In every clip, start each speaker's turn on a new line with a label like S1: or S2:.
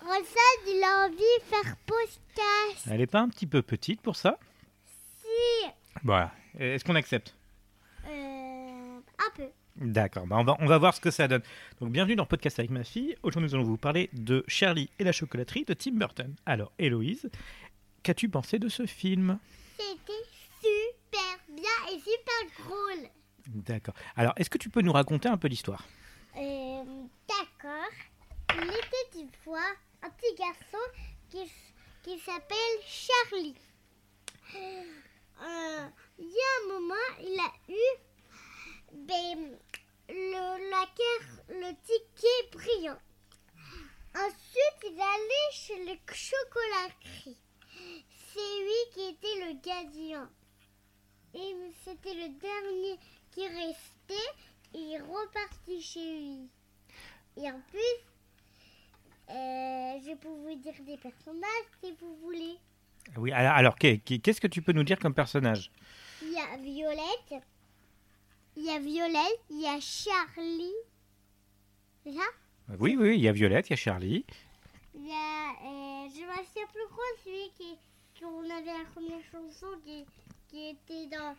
S1: Rossel, il a envie de faire podcast.
S2: Elle est pas un petit peu petite pour ça
S1: Si.
S2: Voilà. Euh, Est-ce qu'on accepte
S1: Euh, un peu.
S2: D'accord, bah on, va, on va voir ce que ça donne. Donc bienvenue dans Podcast avec ma fille. Aujourd'hui nous allons vous parler de Charlie et la chocolaterie de Tim Burton. Alors Héloïse, qu'as-tu pensé de ce film
S1: C'était super bien et super drôle.
S2: D'accord. Alors est-ce que tu peux nous raconter un peu l'histoire
S1: Euh, D'accord. Il était une fois un petit garçon qui, s- qui s'appelle Charlie. Euh, Il y a un moment, il a eu ben, le, la carte- le ticket brillant. Ensuite, il allait chez le chocolaterie. C'est lui qui était le gagnant. Et c'était le dernier qui restait. Et il repartit chez lui. Et en plus, euh, je peux vous dire des personnages si vous voulez.
S2: Oui, alors, alors, qu'est- qu'est- qu'est-ce que tu peux nous dire comme personnage
S1: Il y a Violette. Il y a Violette. Il y a Charlie. C'est ça
S2: Oui, oui, oui, il y a Violette, il y a Charlie.
S1: Il y a, euh, je me souviens plus trop de celui qui, qu'on avait la première chanson qui, qui était dans.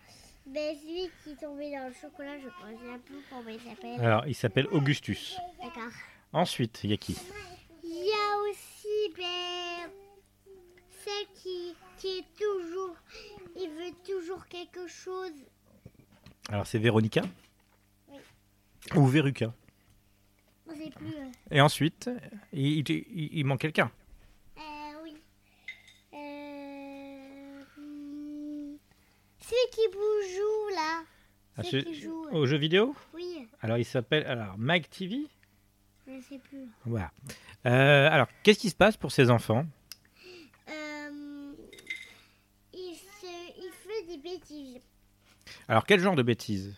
S1: Ben, celui qui tombait dans le chocolat, je pense. Je sais plus comment il s'appelle.
S2: Alors il s'appelle Augustus.
S1: D'accord.
S2: Ensuite, il y a qui
S1: Il y a aussi ben, celle qui, qui est toujours. Il veut toujours quelque chose.
S2: Alors c'est Véronica
S1: Oui.
S2: Ou Véruca.
S1: On sait plus. hein.
S2: Et ensuite, il, il- il- il manque quelqu'un.
S1: Euh, oui. Euh, hmm, Celui qui vous joue là.
S2: Ah,
S1: Celui
S2: c'est-
S1: qui joue. euh,
S2: Au jeu vidéo
S1: Oui,
S2: Alors il s'appelle alors Mag TV
S1: je sais plus.
S2: Voilà. Euh, alors, qu'est-ce qui se passe pour ces enfants
S1: Euh, il, se, il fait des bêtises.
S2: Alors, quel genre de bêtises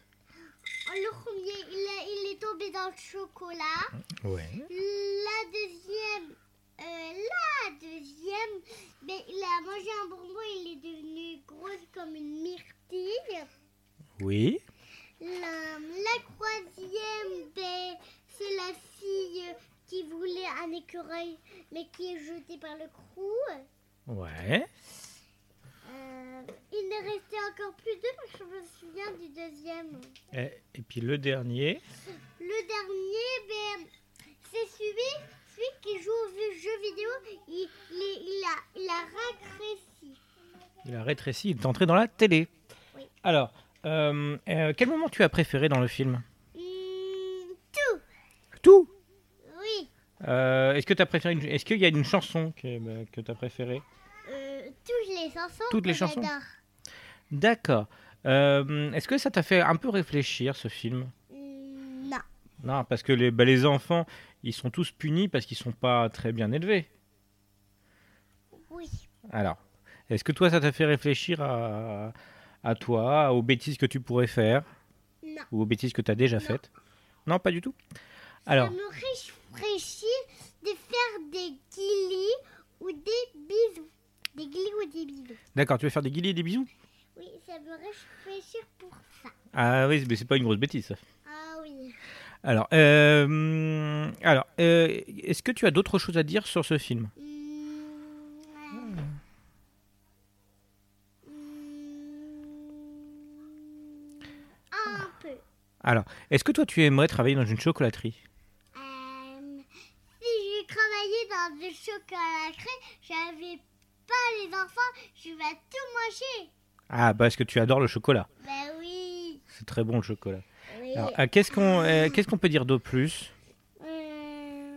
S1: Le premier, il, a- il est tombé dans le chocolat.
S2: Ouais.
S1: La deuxième, euh, la deuxième, mais il a mangé un bonbon, il est devenu grosse comme une myrtille.
S2: Oui.
S1: La, la troisième, ben, c'est la fille qui voulait un écureuil, mais qui est jetée par le crew.
S2: Ouais.
S1: Euh, il ne restait encore plus deux, parce que je me souviens du deuxième.
S2: Et, et puis le dernier.
S1: Le dernier, ben, c'est celui, celui qui joue aux jeux vidéo. Il, il, est- il a, il a rétréci.
S2: Il a rétréci, il est entré dans la télé.
S1: Oui.
S2: Alors, euh, euh, quel moment tu as préféré dans le film
S1: Hmm, tout,
S2: Tout
S1: oui.
S2: Euh, Est-ce que tu as préféré une- Est-ce qu'il y a une chanson bah, que, tu as préférée
S1: Euh, toutes les chansons.
S2: Toutes les
S1: que
S2: chansons.
S1: j'adore.
S2: D'accord. Euh, Est-ce que ça t'a fait un peu réfléchir ce film
S1: Hmm, non.
S2: Non, parce que les, bah, les enfants, ils sont tous punis parce qu'ils sont pas très bien élevés.
S1: Oui.
S2: Alors, est-ce que toi, ça t'a fait réfléchir à, à toi, aux bêtises que tu pourrais faire
S1: Non.
S2: ou aux bêtises que tu as déjà
S1: Non.
S2: faites Non, pas du tout. Alors,
S1: Ça me réfraîchit de faire des guilis ou des bisous. Des guilis ou des bisous.
S2: d'accord, tu veux faire des guillis et des bisous
S1: Oui, ça me réfléchir pour ça.
S2: Ah oui, mais c'est pas une grosse bêtise. ça.
S1: Ah oui.
S2: Alors, euh, alors, euh, est-ce que tu as d'autres choses à dire sur ce film
S1: Hmm, euh, hmm, Un peu.
S2: Alors, est-ce que toi, tu aimerais travailler dans une chocolaterie
S1: Euh, si j'ai travaillé dans du chocolat crème, j'avais pas les enfants, je vais tout manger.
S2: Ah, parce que tu adores le chocolat.
S1: Ben oui.
S2: C'est très bon le chocolat.
S1: Oui.
S2: Alors, euh, qu'est-ce qu'on, euh, qu'est-ce qu'on peut dire de plus
S1: Euh,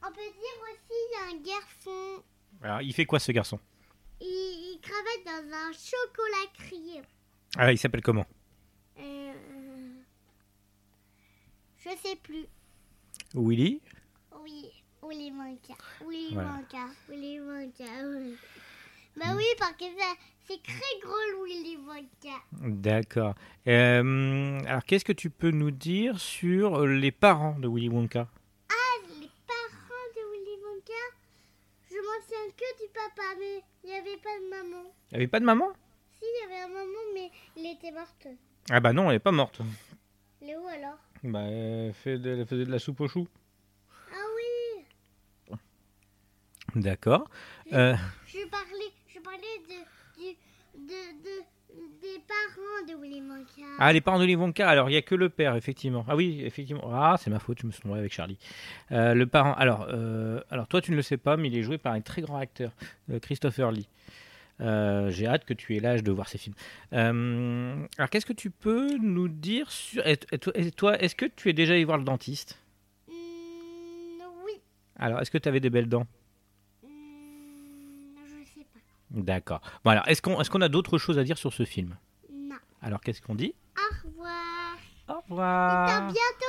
S1: on peut dire aussi il y a un garçon.
S2: Alors, il fait quoi ce garçon
S1: Il, il travaille dans un chocolaterie.
S2: Ah, il s'appelle comment
S1: Euh, je sais plus.
S2: Willy.
S1: Oui, ou les mangas. Ou les
S2: Voilà.
S1: mangas. Ou les mangas. Oui. Bah oui, parce que ça- c'est très gros, oui, les mangas.
S2: D'accord. Euh, alors, qu'est-ce que tu peux nous dire sur les parents de Willy Wonka
S1: Les parents de Willy Wonka, je m'en souviens que du papa, mais il n'y avait pas de maman.
S2: Il n'y avait pas de maman
S1: Si, il y avait un maman, mais il était morte.
S2: Ah bah non, elle n'est pas morte.
S1: Léo alors
S2: Bah, elle, fait de- elle faisait de la soupe aux choux.
S1: Ah oui
S2: D'accord. Euh,
S1: Je parlais, je parlais de, du- de, de- des parents de Willy Wonka.
S2: Ah, les parents de Willy Wonka. Alors, il n'y a que le père, effectivement. Ah oui, effectivement. Ah, c'est ma faute, je me suis trompé avec Charlie. Euh, le parent. Alors, euh, alors, toi, tu ne le sais pas, mais il est joué par un très grand acteur, euh, Christopher Lee. Euh, J'ai hâte que tu aies l'âge de voir ces films. Euh, alors, qu'est-ce que tu peux nous dire sur. et- et toi- et toi, est-ce que tu es déjà allé voir le dentiste
S1: Hmm, oui.
S2: Alors, est-ce que tu avais des belles dents
S1: Hmm, je sais pas.
S2: D'accord. Bon, alors, est-ce qu'on est qu'on a d'autres choses à dire sur ce film
S1: Non.
S2: Alors, qu'est-ce qu'on dit
S1: Au revoir.
S2: Au
S1: À
S2: revoir
S1: bientôt.